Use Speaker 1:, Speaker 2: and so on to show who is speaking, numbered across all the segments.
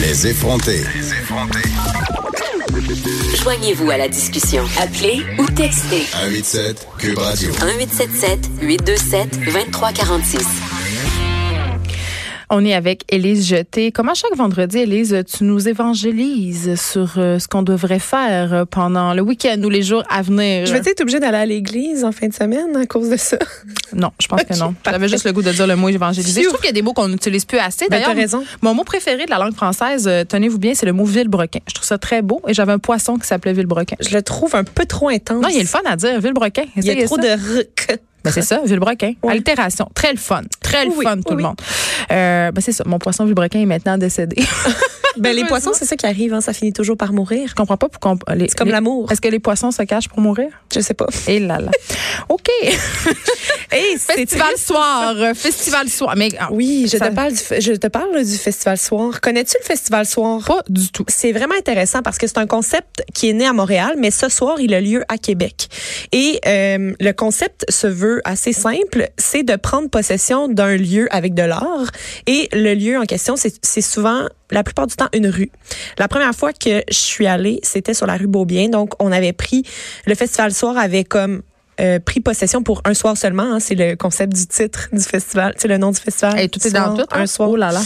Speaker 1: Les effronter.
Speaker 2: Joignez-vous à la discussion. Appelez ou textez
Speaker 1: 187 Cube Radio.
Speaker 2: 1877 827 2346.
Speaker 3: On est avec Élise Jeté. Comme à chaque vendredi, Élise, tu nous évangélises sur euh, ce qu'on devrait faire euh, pendant le week-end ou les jours à venir.
Speaker 4: Je vais être obligée d'aller à l'église en fin de semaine à cause de ça.
Speaker 3: Non, je pense que
Speaker 4: Ok,
Speaker 3: non.
Speaker 4: parfait.
Speaker 3: J'avais juste le goût de dire le mot évangéliser. Je
Speaker 4: Sûr.
Speaker 3: trouve qu'il y a des mots qu'on n'utilise plus assez.
Speaker 4: Ben,
Speaker 3: D'ailleurs,
Speaker 4: t'as raison.
Speaker 3: mon mot préféré de la langue française, euh, tenez-vous bien, c'est le mot vilebrequin. Je trouve ça très beau et j'avais un poisson qui s'appelait vilebrequin.
Speaker 4: Je le trouve un peu trop intense.
Speaker 3: Non, il y a le fun à dire, vilebrequin.
Speaker 4: Il y a
Speaker 3: Essayez
Speaker 4: trop
Speaker 3: ça.
Speaker 4: de ruc.
Speaker 3: Ben, c'est ça, Villebrequin.
Speaker 4: Oui.
Speaker 3: Altération. Très le fun. Très le
Speaker 4: Oui,
Speaker 3: fun, tout
Speaker 4: oui,
Speaker 3: le
Speaker 4: oui.
Speaker 3: monde. Euh, ben, c'est ça. Mon poisson Villebrequin est maintenant décédé.
Speaker 4: Ben, les
Speaker 3: Heureusement.
Speaker 4: poissons, c'est ça qui arrive, hein, ça finit toujours par mourir.
Speaker 3: Je comprends pas pourquoi. on- les-
Speaker 4: C'est comme
Speaker 3: les-
Speaker 4: l'amour.
Speaker 3: Est-ce que les poissons se cachent pour mourir?
Speaker 4: Je sais pas.
Speaker 3: Et là là. OK.
Speaker 4: Hey,
Speaker 3: Festival soir. euh, Festival soir. Mais ah,
Speaker 4: Oui, je
Speaker 3: Ça-
Speaker 4: te, parle du, fe- je te parle du Festival Soir. Connais-tu le Festival Soir?
Speaker 3: pas du tout.
Speaker 4: C'est vraiment intéressant parce que c'est un concept qui est né à Montréal, mais ce soir, il a lieu à Québec. Et euh, le concept se veut assez simple, c'est de prendre possession d'un lieu avec de l'art. Et le lieu en question, c'est c'est souvent, la plupart du temps, une rue. La première fois que je suis allée, c'était sur la rue Beaubien. Donc, on avait pris, le Festival Soir avait comme... euh, pris possession pour un soir seulement, hein. c'est le concept du titre du festival, c'est le nom du festival.
Speaker 3: Hey, tout est dans
Speaker 4: Soir,
Speaker 3: tout. hein?
Speaker 4: Un soir
Speaker 3: Oh là là.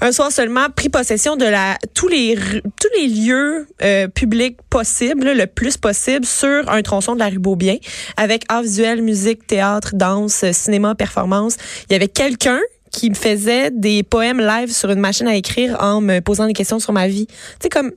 Speaker 4: un soir seulement pris possession de la tous les ru- tous les lieux euh, publics possibles là, le plus possible sur un tronçon de la rue Beaubien avec art visuel, musique, théâtre, danse, euh, cinéma, performance. Il y avait quelqu'un qui me faisait des poèmes live sur une machine à écrire en me posant des questions sur ma vie. Tu sais comme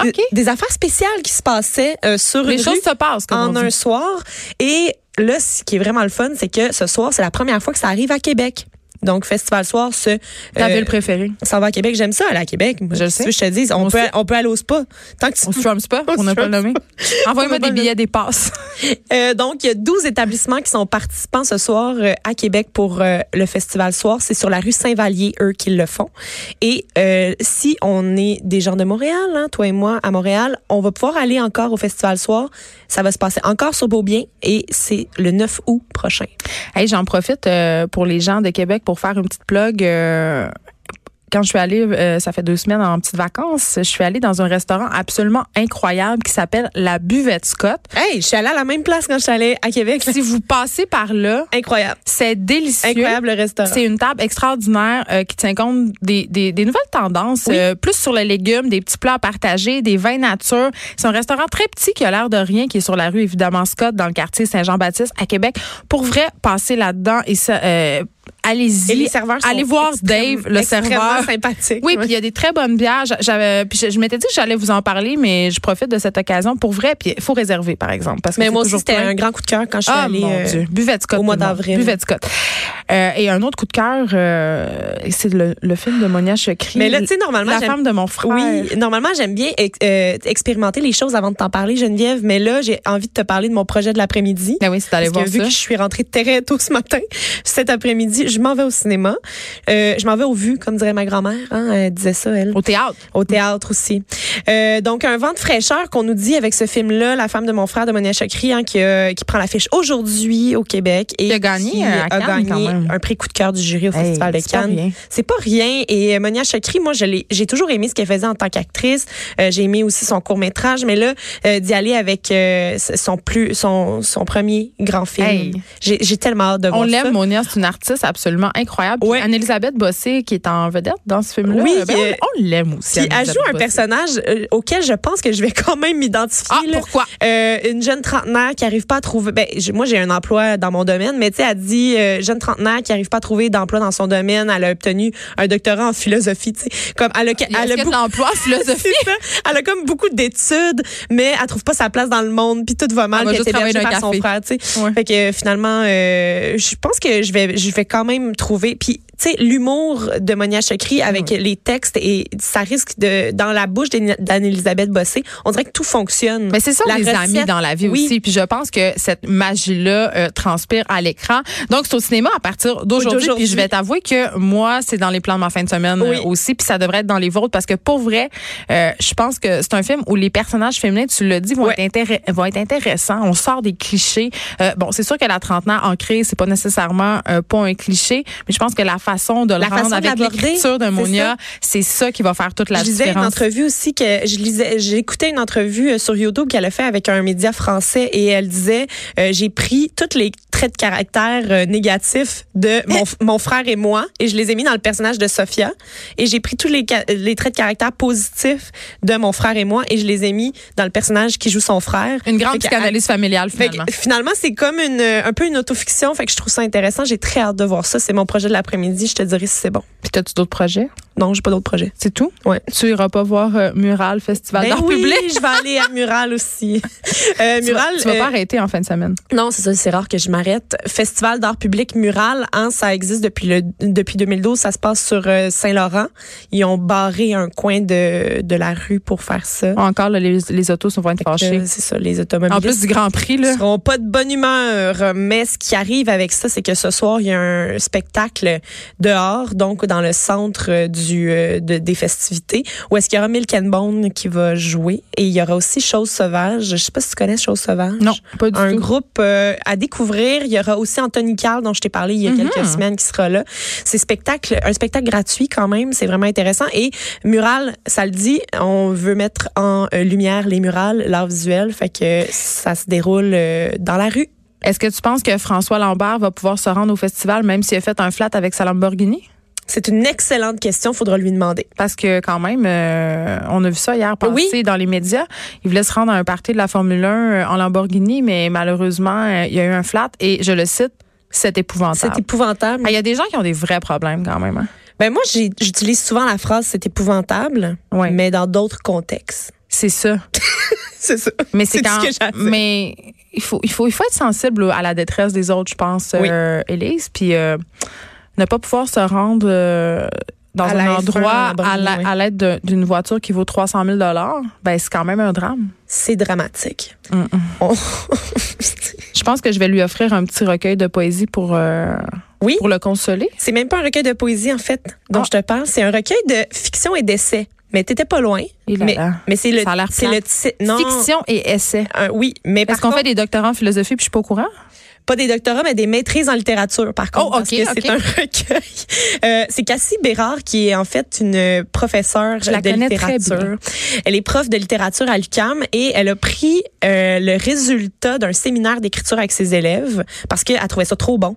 Speaker 3: OK.
Speaker 4: des- des affaires spéciales qui se passaient euh, sur
Speaker 3: Les
Speaker 4: une
Speaker 3: choses
Speaker 4: rue
Speaker 3: se passent, comme
Speaker 4: en
Speaker 3: on
Speaker 4: un
Speaker 3: dit.
Speaker 4: soir. Et là, ce qui est vraiment le fun, c'est que ce soir, c'est la première fois que ça arrive à Québec. Donc, Festival Soir, ce...
Speaker 3: Ta
Speaker 4: euh,
Speaker 3: ville préférée.
Speaker 4: ça va à Québec. J'aime ça aller à Québec. Moi,
Speaker 3: Je le
Speaker 4: tu
Speaker 3: sais.
Speaker 4: veux que Je te dis, on,
Speaker 3: On
Speaker 4: peut,
Speaker 3: sait.
Speaker 4: on peut aller au spa. Tant que tu
Speaker 3: On se trompe pas.
Speaker 4: On
Speaker 3: On n'a
Speaker 4: se
Speaker 3: pas le
Speaker 4: trumpe
Speaker 3: nommé. Envoyez-moi
Speaker 4: On n'a
Speaker 3: des
Speaker 4: pas le
Speaker 3: billets, des passes.
Speaker 4: Euh, donc, il y a 12 établissements qui sont participants ce soir euh, à Québec pour euh, le festival soir. C'est sur la rue Saint-Vallier, eux, qui le font. Et euh, si on est des gens de Montréal, hein, toi et moi, à Montréal, on va pouvoir aller encore au festival soir. Ça va se passer encore sur Beaubien et c'est le 9 août prochain.
Speaker 3: Hey, j'en profite euh, pour les gens de Québec pour faire une petite plug. euh, quand je suis allée, euh, ça fait deux semaines en petites vacances, je suis allée dans un restaurant absolument incroyable qui s'appelle la Buvette Scott.
Speaker 4: Hey, je suis allée à la même place quand je suis allée à Québec.
Speaker 3: Si vous passez par là,
Speaker 4: Incroyable.
Speaker 3: c'est délicieux.
Speaker 4: Incroyable le restaurant.
Speaker 3: C'est une table extraordinaire euh, qui tient compte des, des- des nouvelles tendances,
Speaker 4: Oui.
Speaker 3: euh, plus sur les légumes, des petits plats partagés, des vins nature. C'est un restaurant très petit qui a l'air de rien, qui est sur la rue évidemment Scott, dans le quartier Saint-Jean-Baptiste à Québec. Pour vrai, passez là-dedans et ça, euh, allez-y.
Speaker 4: Et les serveurs sont
Speaker 3: allez voir
Speaker 4: extrême-
Speaker 3: Dave, le
Speaker 4: extrêmement
Speaker 3: serveur.
Speaker 4: sympathique.
Speaker 3: Oui, puis il y a des très bonnes bières. J'a- J'avais, puis je, je m'étais dit que j'allais vous en parler, mais je profite de cette occasion pour vrai. Puis il faut réserver, par exemple, parce que
Speaker 4: Mais
Speaker 3: c'est
Speaker 4: moi aussi,
Speaker 3: toujours
Speaker 4: c'était
Speaker 3: plein.
Speaker 4: un grand coup de cœur quand je suis
Speaker 3: Ah,
Speaker 4: allée.
Speaker 3: mon
Speaker 4: euh,
Speaker 3: Dieu. Buvette Scott.
Speaker 4: au mois
Speaker 3: tout le monde.
Speaker 4: d'avril.
Speaker 3: Buvette Scott. Euh, et un autre coup de cœur, euh, c'est le, le film de Monia Chokri.
Speaker 4: Mais là, tu sais, normalement,
Speaker 3: La
Speaker 4: j'aime-
Speaker 3: femme de mon frère.
Speaker 4: Oui, normalement, j'aime bien ex- euh, expérimenter les choses avant de t'en parler, Geneviève, mais là, j'ai envie de te parler de mon projet de l'après-midi.
Speaker 3: Ah oui, c'est d'aller
Speaker 4: Parce
Speaker 3: voir
Speaker 4: que vu
Speaker 3: ça.
Speaker 4: que je suis rentrée très tôt ce matin, cet après-midi, je m'en vais au cinéma. Euh, je m'en vais au vu, comme dirait ma grand-mère. Hein, elle disait ça, elle.
Speaker 3: Au théâtre.
Speaker 4: Au théâtre aussi. Euh, donc, un vent de fraîcheur qu'on nous dit avec ce film-là, La femme de mon frère de Monia Chakri, hein, qui, euh, qui prend l'affiche aujourd'hui au Québec. Et
Speaker 3: Qui a gagné,
Speaker 4: qui
Speaker 3: euh, à
Speaker 4: a
Speaker 3: Cannes, quand
Speaker 4: gagné
Speaker 3: même.
Speaker 4: un prix coup de cœur du jury au Festival de
Speaker 3: c'est pas
Speaker 4: Cannes.
Speaker 3: rien.
Speaker 4: C'est pas rien. Et euh, Monia Chakri, moi, je l'ai- j'ai toujours aimé ce qu'elle faisait en tant qu'actrice. Euh, j'ai aimé aussi son court-métrage, mais là, euh, d'y aller avec euh, son, plus, son, son premier grand film.
Speaker 3: Hey.
Speaker 4: J'ai j'ai tellement hâte de
Speaker 3: On
Speaker 4: voir ça.
Speaker 3: l'aime, Monia, c'est une artiste absolument incroyable. Puis
Speaker 4: Ouais.
Speaker 3: Anne-Elisabeth Bossé, qui est en vedette dans ce film-là.
Speaker 4: Oui,
Speaker 3: ben,
Speaker 4: euh,
Speaker 3: on, on l'aime aussi.
Speaker 4: Puis elle joue
Speaker 3: Anne-Elisabeth
Speaker 4: un
Speaker 3: Bossé.
Speaker 4: personnage euh, auquel je pense que je vais quand même m'identifier.
Speaker 3: Ah,
Speaker 4: là.
Speaker 3: pourquoi?
Speaker 4: Euh, une jeune trentenaire qui arrive pas à trouver. Ben, j'ai- moi, j'ai un emploi dans mon domaine, mais tu sais, elle dit euh, jeune trentenaire qui arrive pas à trouver d'emploi dans son domaine. Elle a obtenu un doctorat en philosophie. Tu sais, comme elle a,
Speaker 3: Ah,
Speaker 4: elle a
Speaker 3: Est-ce que de
Speaker 4: beaucoup-
Speaker 3: l'emploi, philosophie?
Speaker 4: C'est ça. Elle a comme beaucoup d'études, mais elle trouve pas sa place dans le monde, puis tout va mal,
Speaker 3: Elle va
Speaker 4: puis elle
Speaker 3: juste
Speaker 4: est
Speaker 3: travailler
Speaker 4: hébergée
Speaker 3: dans un
Speaker 4: par son
Speaker 3: café.
Speaker 4: frère, tu sais.
Speaker 3: Ouais.
Speaker 4: Fait que euh, finalement, euh, je pense que je vais, je vais quand même trouver. Puis tu tu sais, l'humour de Monia Chokri avec les textes et ça risque de, dans la bouche d'Anne- d'Anne-Elisabeth Bossé, on dirait que tout fonctionne.
Speaker 3: Mais c'est ça,
Speaker 4: Mm. La
Speaker 3: les
Speaker 4: recette,
Speaker 3: amis dans la vie
Speaker 4: oui.
Speaker 3: aussi. Puis je pense que cette magie-là euh, transpire à l'écran. Donc, c'est au cinéma à partir d'aujourd'hui.
Speaker 4: d'aujourd'hui.
Speaker 3: Puis je vais t'avouer que moi, c'est dans les plans de ma fin de semaine euh,
Speaker 4: Oui.
Speaker 3: aussi. Puis ça devrait être dans les vôtres parce que pour vrai, euh, je pense que c'est un film où les personnages féminins, tu le dis, vont,
Speaker 4: Ouais.
Speaker 3: être, intér- vont être intéressants. On sort des clichés. Euh, bon, c'est sûr que la trentenaire ancrée, c'est pas nécessairement euh, pas un cliché, mais je pense que la façon de le
Speaker 4: La
Speaker 3: rendre
Speaker 4: façon de
Speaker 3: avec
Speaker 4: l'aborder,
Speaker 3: l'écriture de
Speaker 4: c'est
Speaker 3: Monia, c'est ça qui va faire toute la
Speaker 4: je lisais une
Speaker 3: différence.
Speaker 4: entrevue aussi que je lisais, j'ai écouté une entrevue euh, sur YouTube qu'elle a fait avec un média français et elle disait euh, j'ai pris tous les traits de caractère euh, négatifs de mon, f- mon frère et moi et je les ai mis dans le personnage de Sophia et j'ai pris tous les, ca- les traits de caractère positifs de mon frère et moi et je les ai mis dans le personnage qui joue son frère.
Speaker 3: Une
Speaker 4: Fait
Speaker 3: grande
Speaker 4: que-
Speaker 3: psychanalyse familiale,
Speaker 4: fait que
Speaker 3: finalement.
Speaker 4: finalement, c'est comme une, euh, un peu une autofiction. Fait que je trouve ça intéressant. J'ai très hâte de voir ça. C'est mon projet de l'après-midi. Je te dirai si c'est bon.
Speaker 3: Puis t'as-tu d'autres projets?
Speaker 4: Non, j'ai pas d'autres projets.
Speaker 3: C'est tout?
Speaker 4: Ouais.
Speaker 3: Tu iras pas voir euh, Mural Festival
Speaker 4: Ben
Speaker 3: d'art
Speaker 4: oui,
Speaker 3: public?
Speaker 4: je vais aller à Mural aussi. Euh,
Speaker 3: Tu vas,
Speaker 4: Mural.
Speaker 3: tu vas
Speaker 4: euh,
Speaker 3: pas arrêter en fin de semaine.
Speaker 4: non, c'est ça, c'est rare que je m'arrête. Festival d'art public Mural, hein, ça existe depuis le depuis 2012, ça se passe sur euh, Saint-Laurent. Ils ont barré un coin de, de la rue pour faire ça.
Speaker 3: Encore, là, les, les autos sont- vont être fâchées.
Speaker 4: Euh, c'est ça, les automobiles.
Speaker 3: En plus du Grand Prix,
Speaker 4: Ils
Speaker 3: là.
Speaker 4: seront pas de bonne humeur. Mais ce qui arrive avec ça, c'est que ce soir, il y a un spectacle dehors, donc dans le centre euh, du, euh, de- des festivités, où est-ce qu'il y aura Milk and Bone qui va jouer. Et il y aura aussi Chose Sauvage. Je sais pas si tu connais Chose Sauvage.
Speaker 3: Non, pas du
Speaker 4: Un
Speaker 3: tout.
Speaker 4: groupe euh, à découvrir. Il y aura aussi Anthony Carl, dont je t'ai parlé il y a
Speaker 3: Mm-hmm.
Speaker 4: quelques semaines, qui sera là. C'est spectacle, un spectacle gratuit quand même. C'est vraiment intéressant. Et Mural, ça le dit, on veut mettre en euh, lumière les murales, l'art visuel. Fait que ça se déroule euh, dans la rue.
Speaker 3: Est-ce que tu penses que François Lambert va pouvoir se rendre au festival, même s'il a fait un flat avec sa Lamborghini?
Speaker 4: C'est une excellente question. Faudra lui demander.
Speaker 3: Parce que quand même, euh, on a vu ça hier passer
Speaker 4: Oui.
Speaker 3: dans les médias. Il voulait se rendre à un party de la Formule 1 euh, en Lamborghini, mais malheureusement, euh, il y a eu un flat et je le cite, c'est
Speaker 4: C'est
Speaker 3: épouvantable. Ah, Il
Speaker 4: épouvantable.
Speaker 3: y a des gens qui ont des vrais problèmes quand même. hein.
Speaker 4: Ben moi, j'ai- j'utilise souvent la phrase c'est épouvantable,
Speaker 3: Ouais.
Speaker 4: mais dans d'autres contextes.
Speaker 3: C'est ça.
Speaker 4: C'est ça.
Speaker 3: Mais c'est
Speaker 4: C'est
Speaker 3: quand
Speaker 4: ce que j'ai à dire.
Speaker 3: mais il faut il faut il faut être sensible à la détresse des autres, je pense,
Speaker 4: Oui.
Speaker 3: euh, Élise, puis euh, ne pas pouvoir se rendre euh, dans
Speaker 4: À
Speaker 3: un
Speaker 4: la F1
Speaker 3: endroit à
Speaker 4: Lamborghini,
Speaker 3: la-
Speaker 4: oui.
Speaker 3: à l'aide d'un- d'une voiture qui vaut 300 000 dollars, ben c'est quand même un drame.
Speaker 4: C'est dramatique.
Speaker 3: Mm-mm.
Speaker 4: On-
Speaker 3: Je pense que je vais lui offrir un petit recueil de poésie pour euh,
Speaker 4: Oui.
Speaker 3: pour le consoler.
Speaker 4: C'est même pas un recueil de poésie, en fait, dont
Speaker 3: Ah.
Speaker 4: je te parle. C'est un recueil de fiction et d'essais. Mais t'étais pas loin.
Speaker 3: Et là
Speaker 4: mais
Speaker 3: là.
Speaker 4: mais c'est le,
Speaker 3: Ça a l'air
Speaker 4: c'est
Speaker 3: plate.
Speaker 4: le titre. Non.
Speaker 3: Fiction et essai.
Speaker 4: euh, oui, mais
Speaker 3: Parce
Speaker 4: parce
Speaker 3: qu'on fait des doctorats en philosophie puis je suis pas au courant.
Speaker 4: pas des doctorats, mais des maîtrises en littérature, par contre,
Speaker 3: Oh,
Speaker 4: parce
Speaker 3: ok,
Speaker 4: que
Speaker 3: ok.
Speaker 4: c'est un recueil. Euh, c'est Cassie Bérard qui est en fait une professeure
Speaker 3: Je la
Speaker 4: de
Speaker 3: connais très
Speaker 4: littérature.
Speaker 3: bien.
Speaker 4: Elle est prof de littérature à l'UQAM et elle a pris euh, le résultat d'un séminaire d'écriture avec ses élèves parce qu'elle trouvait ça trop bon.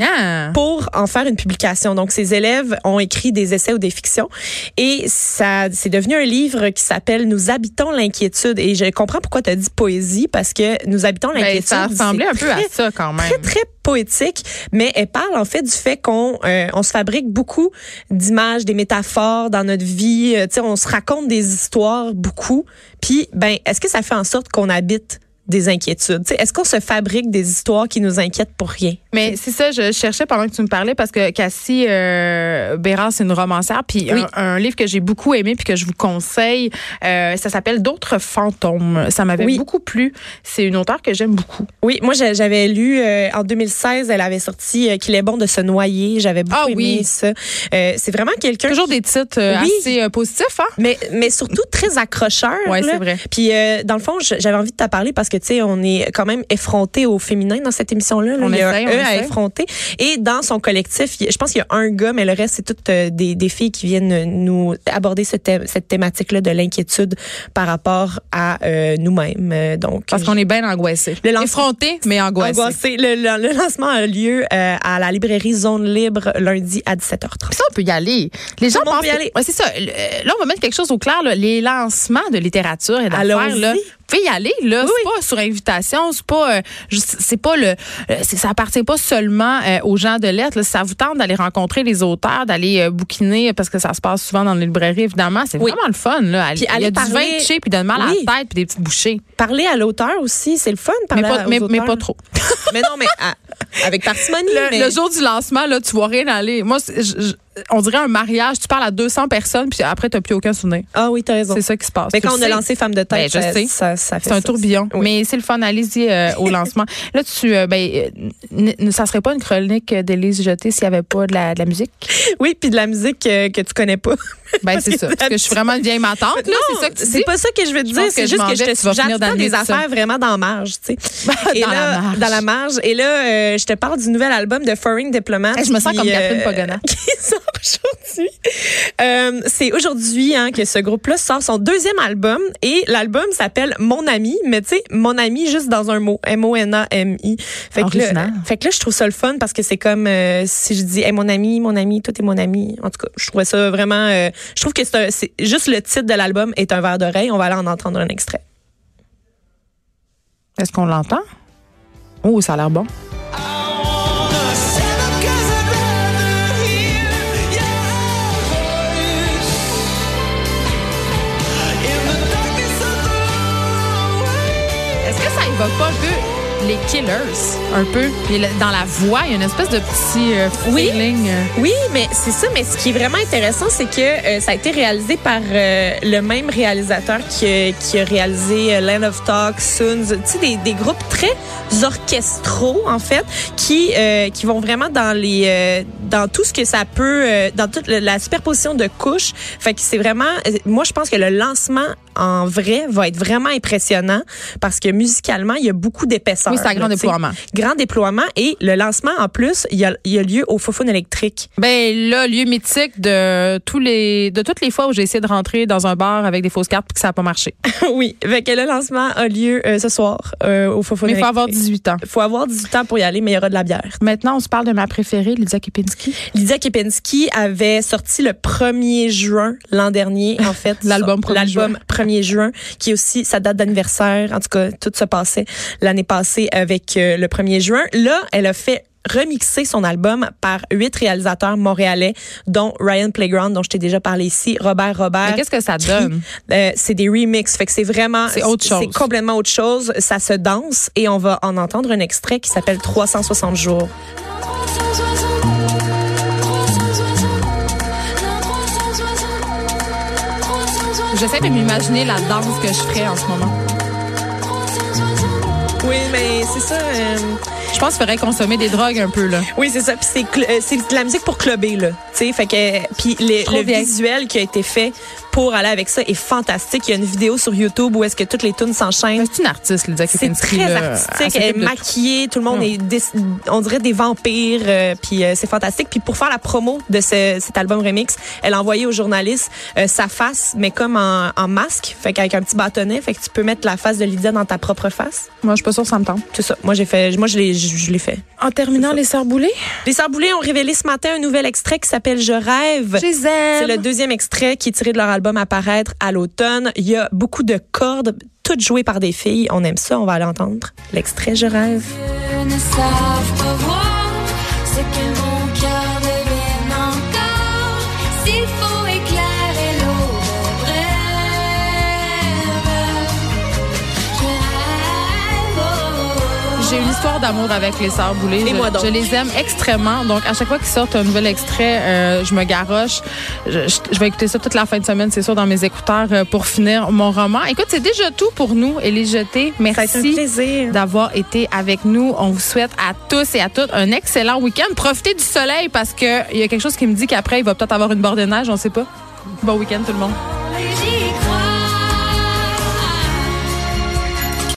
Speaker 3: Ah.
Speaker 4: pour en faire une publication. Donc, ses élèves ont écrit des essais ou des fictions et ça, c'est devenu un livre qui s'appelle Nous habitons l'inquiétude. Et je comprends pourquoi tu as dit poésie parce que Nous habitons
Speaker 3: Ben,
Speaker 4: l'inquiétude.
Speaker 3: ça ressemblait
Speaker 4: c'est
Speaker 3: un peu à
Speaker 4: très,
Speaker 3: ça quand même.
Speaker 4: Très, très poétique, mais elle parle en fait du fait qu'on euh, on se fabrique beaucoup d'images, des métaphores dans notre vie. Euh, tu sais, on se raconte des histoires beaucoup. Puis, ben, est-ce que ça fait en sorte qu'on habite des inquiétudes? Tu sais, est-ce qu'on se fabrique des histoires qui nous inquiètent pour rien?
Speaker 3: Mais c'est ça, je cherchais pendant que tu me parlais parce que Cassie euh, Bérard, c'est une romancière. Puis
Speaker 4: Oui.
Speaker 3: un, un livre que j'ai beaucoup aimé puis que je vous conseille, euh, ça s'appelle D'autres fantômes. Ça m'avait
Speaker 4: Oui.
Speaker 3: beaucoup plu. C'est une auteure que j'aime beaucoup.
Speaker 4: Oui, moi j'a- j'avais lu euh, en 2016, elle avait sorti euh, qu'il est bon de se noyer. J'avais beaucoup
Speaker 3: Ah
Speaker 4: aimé
Speaker 3: oui.
Speaker 4: ça. Euh, c'est vraiment quelqu'un.
Speaker 3: Toujours des titres euh,
Speaker 4: Oui.
Speaker 3: assez euh, positifs, hein?
Speaker 4: Mais, mais surtout très accrocheur.
Speaker 3: Ouais,
Speaker 4: là.
Speaker 3: c'est vrai.
Speaker 4: Puis, euh, dans le fond, j- j'avais envie de t'en parler parce que, tu sais, on est quand même effronté au féminin dans cette émission-là. là.
Speaker 3: On
Speaker 4: il y a
Speaker 3: essaie,
Speaker 4: un
Speaker 3: on
Speaker 4: E à
Speaker 3: essaie.
Speaker 4: effronter. Et dans son collectif, il y a- je pense qu'il y a un gars, mais le reste, c'est toutes euh, des, des filles qui viennent euh, nous aborder ce thème- cette thématique-là de l'inquiétude par rapport à euh, nous-mêmes. Euh, Donc,
Speaker 3: Parce qu'on est bien angoissés.
Speaker 4: Le lance-
Speaker 3: Effrontés, mais angoissés.
Speaker 4: Angoissé. Le, le- le lancement a lieu euh, à la librairie Zone Libre lundi à 17h30.
Speaker 3: Puis ça, on peut y aller. Les gens
Speaker 4: le monde
Speaker 3: pensent
Speaker 4: peut y
Speaker 3: que-
Speaker 4: aller.
Speaker 3: Ouais, c'est ça. Le- euh, Là, on va mettre quelque chose au clair. là. Les lancements de littérature et d'affaires,
Speaker 4: Allons-y.
Speaker 3: là, pouvez y aller là, c'est pas sur invitation, c'est pas euh, juste- c'est pas le euh, c'est- ça appartient pas seulement euh, aux gens de lettres, là. Si ça vous tente d'aller rencontrer les auteurs, d'aller euh, bouquiner parce que ça se passe souvent dans les librairies évidemment, c'est
Speaker 4: Oui.
Speaker 3: vraiment le fun là. Allez-
Speaker 4: Puis
Speaker 3: il y
Speaker 4: aller
Speaker 3: a du
Speaker 4: parler-
Speaker 3: vin cheap puis donne mal
Speaker 4: Oui.
Speaker 3: à la tête puis des petites bouchées.
Speaker 4: Parler à l'auteur aussi, c'est le fun.
Speaker 3: Mais
Speaker 4: Parler
Speaker 3: pas,
Speaker 4: à-
Speaker 3: mais,
Speaker 4: aux
Speaker 3: mais
Speaker 4: auteurs.
Speaker 3: pas trop.
Speaker 4: mais non, mais à- avec parcimonie.
Speaker 3: Le,
Speaker 4: mais-
Speaker 3: le jour du lancement, là, tu vois rien aller. Moi, c'est- je- je- on dirait un mariage. Tu parles à 200 personnes, puis après, tu n'as plus aucun souvenir.
Speaker 4: Ah oui, t'as raison.
Speaker 3: C'est ça qui se passe.
Speaker 4: Mais
Speaker 3: Tu
Speaker 4: quand
Speaker 3: le
Speaker 4: on a
Speaker 3: sais.
Speaker 4: lancé Femme de
Speaker 3: Ben,
Speaker 4: tête,
Speaker 3: je
Speaker 4: ça,
Speaker 3: sais.
Speaker 4: ça, ça fait
Speaker 3: C'est un
Speaker 4: ça.
Speaker 3: tourbillon.
Speaker 4: Oui.
Speaker 3: Mais c'est le fun. Allez-y euh, au lancement. Là, tu, euh, ben, euh, n- n- ça serait pas une chronique euh, d'Élise Jeté s'il n'y avait pas de la, de la musique.
Speaker 4: Oui, puis de la musique euh, que tu connais pas.
Speaker 3: Ben, c'est ça. Parce que je suis vraiment une vieille matante, là. Ah, C'est ça que tu dis.
Speaker 4: c'est pas ça que je veux te
Speaker 3: Je
Speaker 4: dire.
Speaker 3: pense que
Speaker 4: C'est
Speaker 3: je
Speaker 4: juste
Speaker 3: m'en
Speaker 4: que je
Speaker 3: vais,
Speaker 4: te
Speaker 3: tu vas
Speaker 4: suggère
Speaker 3: finir dans le
Speaker 4: des
Speaker 3: nez de ça.
Speaker 4: affaires vraiment dans la marge, tu sais. Et
Speaker 3: Dans
Speaker 4: là,
Speaker 3: la marge.
Speaker 4: Dans la marge. Et là, euh, je te parle du nouvel album de Foreign Diplomat.
Speaker 3: Eh, je me sens
Speaker 4: qui, euh,
Speaker 3: comme Catherine Pagana.
Speaker 4: Qui sort aujourd'hui. Euh, c'est aujourd'hui hein, que ce groupe-là sort son deuxième album. Et l'album s'appelle Mon ami, mais tu sais, Mon ami juste dans un mot. M-O-N-A-M-I. Fait que, là, euh,
Speaker 3: Original.
Speaker 4: fait que là, je trouve ça le fun parce que c'est comme euh, si je dis, hey, mon ami, mon ami, toi t'es mon ami. En tout cas, je trouvais ça vraiment. euh, je trouve que c'est un- c'est juste le titre de l'album est un verre d'oreille. On va aller en entendre un extrait.
Speaker 3: Est-ce qu'on l'entend? Oh, ça a l'air bon. Est-ce que ça évoque pas un peu les Killers? Un peu. Et le- Dans la voix, il y a une espèce de petit euh,
Speaker 4: Oui.
Speaker 3: feeling. euh,
Speaker 4: Oui, mais c'est ça. Mais ce qui est vraiment intéressant, c'est que euh, ça a été réalisé par euh, le même réalisateur qui, euh, qui a réalisé euh, Land of Talk, Soons, tu sais, des, des groupes très orchestraux en fait, qui euh, qui vont vraiment dans les euh, dans tout ce que ça peut, euh, dans toute le- la superposition de couches. Fait que c'est vraiment, euh, moi je pense que le lancement en vrai va être vraiment impressionnant parce que musicalement il y a beaucoup d'épaisseur.
Speaker 3: Oui, c'est un grand
Speaker 4: là, tu sais.
Speaker 3: déploiement.
Speaker 4: Grand déploiement et le lancement en plus, il y a, il y a lieu au Fofone électrique.
Speaker 3: Ben là, lieu mythique de tous les de toutes les fois où j'ai essayé de rentrer dans un bar avec des fausses cartes puis que ça n'a pas marché.
Speaker 4: Oui, fait que le lancement a lieu euh, ce soir euh, au Fofo
Speaker 3: Mais il faut avoir 18 ans.
Speaker 4: faut avoir 18 ans pour y aller, mais il y aura de la bière.
Speaker 3: Maintenant, on se parle de ma préférée, Lydia Kepinski.
Speaker 4: Lydia Kepinski avait sorti le 1er juin l'an dernier, en fait.
Speaker 3: L'album
Speaker 4: son-
Speaker 3: 1er
Speaker 4: L'album 1er juin, qui est aussi sa date d'anniversaire. En tout cas, tout se passait l'année passée avec euh, le 1er juin. Là, elle a fait remixer son album par huit réalisateurs montréalais, dont Ryan Playground, dont je t'ai déjà parlé ici, Robert Robert.
Speaker 3: Mais qu'est-ce que ça donne?
Speaker 4: Euh, c'est des remixes, fait que c'est vraiment
Speaker 3: C'est autre chose.
Speaker 4: C'est complètement autre chose, ça se danse et on va en entendre un extrait qui s'appelle 360 jours.
Speaker 3: J'essaie de m'imaginer la danse que je ferais en ce moment.
Speaker 4: Oui, mais c'est ça. euh,
Speaker 3: Je pense qu'il faudrait consommer des drogues un peu là.
Speaker 4: oui, c'est ça. Puis c'est cl- euh, c'est de la musique pour clubber là. Tu sais, fait que puis les-
Speaker 3: Trop
Speaker 4: le
Speaker 3: bien.
Speaker 4: visuel qui a été fait pour aller avec ça est fantastique. Il y a une vidéo sur YouTube où est-ce que toutes les tunes s'enchaînent.
Speaker 3: C'est une artiste, Lydia
Speaker 4: C'est
Speaker 3: Kepinski.
Speaker 4: très
Speaker 3: là.
Speaker 4: artistique,
Speaker 3: Elle
Speaker 4: elle est
Speaker 3: s'occupe de tout.
Speaker 4: maquillée, tout le monde est, dess- on dirait des vampires, euh, puis euh, c'est fantastique. Puis pour faire la promo de ce- cet album remix, elle a envoyé aux journalistes euh, sa face, mais comme en, en masque, fait qu'avec un petit bâtonnet, fait que tu peux mettre la face de Lydia dans ta propre face.
Speaker 3: Moi, je suis pas sûre que ça me tente.
Speaker 4: C'est ça. Moi j'ai fait, moi je l'ai, je, je l'ai fait.
Speaker 3: En terminant, les sœurs Boulay.
Speaker 4: Les Sœurs Boulay ont révélé ce matin un nouvel extrait qui s'appelle Je rêve. C'est le deuxième extrait qui est tiré de leur album à paraître à l'automne. Il y a beaucoup de cordes, toutes jouées par des filles. On aime ça, on va aller entendre l'extrait Je rêve.
Speaker 5: ne savent pas voir ce que mon cœur devienne encore s'il faut éclairer l'eau de rêve. Je rêve, oh, oh, oh.
Speaker 3: J'ai une histoire d'amour avec les sœurs Boulay.
Speaker 4: Et
Speaker 3: je,
Speaker 4: moi donc.
Speaker 3: je les aime extrêmement. Donc, à chaque fois qu'ils sortent un nouvel extrait, euh, je me garoche. Je, je- je vais écouter ça toute la fin de semaine, c'est sûr, dans mes écouteurs euh, pour finir mon roman. Écoute, c'est déjà tout pour nous, Élise Jeté.
Speaker 4: Ça a été un
Speaker 3: Merci
Speaker 4: plaisir.
Speaker 3: d'avoir été avec nous. On vous souhaite à tous et à toutes un excellent week-end. Profitez du soleil parce que il y a quelque chose qui me dit qu'après, il va peut-être avoir une bord de neige, on sait pas. Bon week-end, tout le monde.
Speaker 5: oh, J'y crois.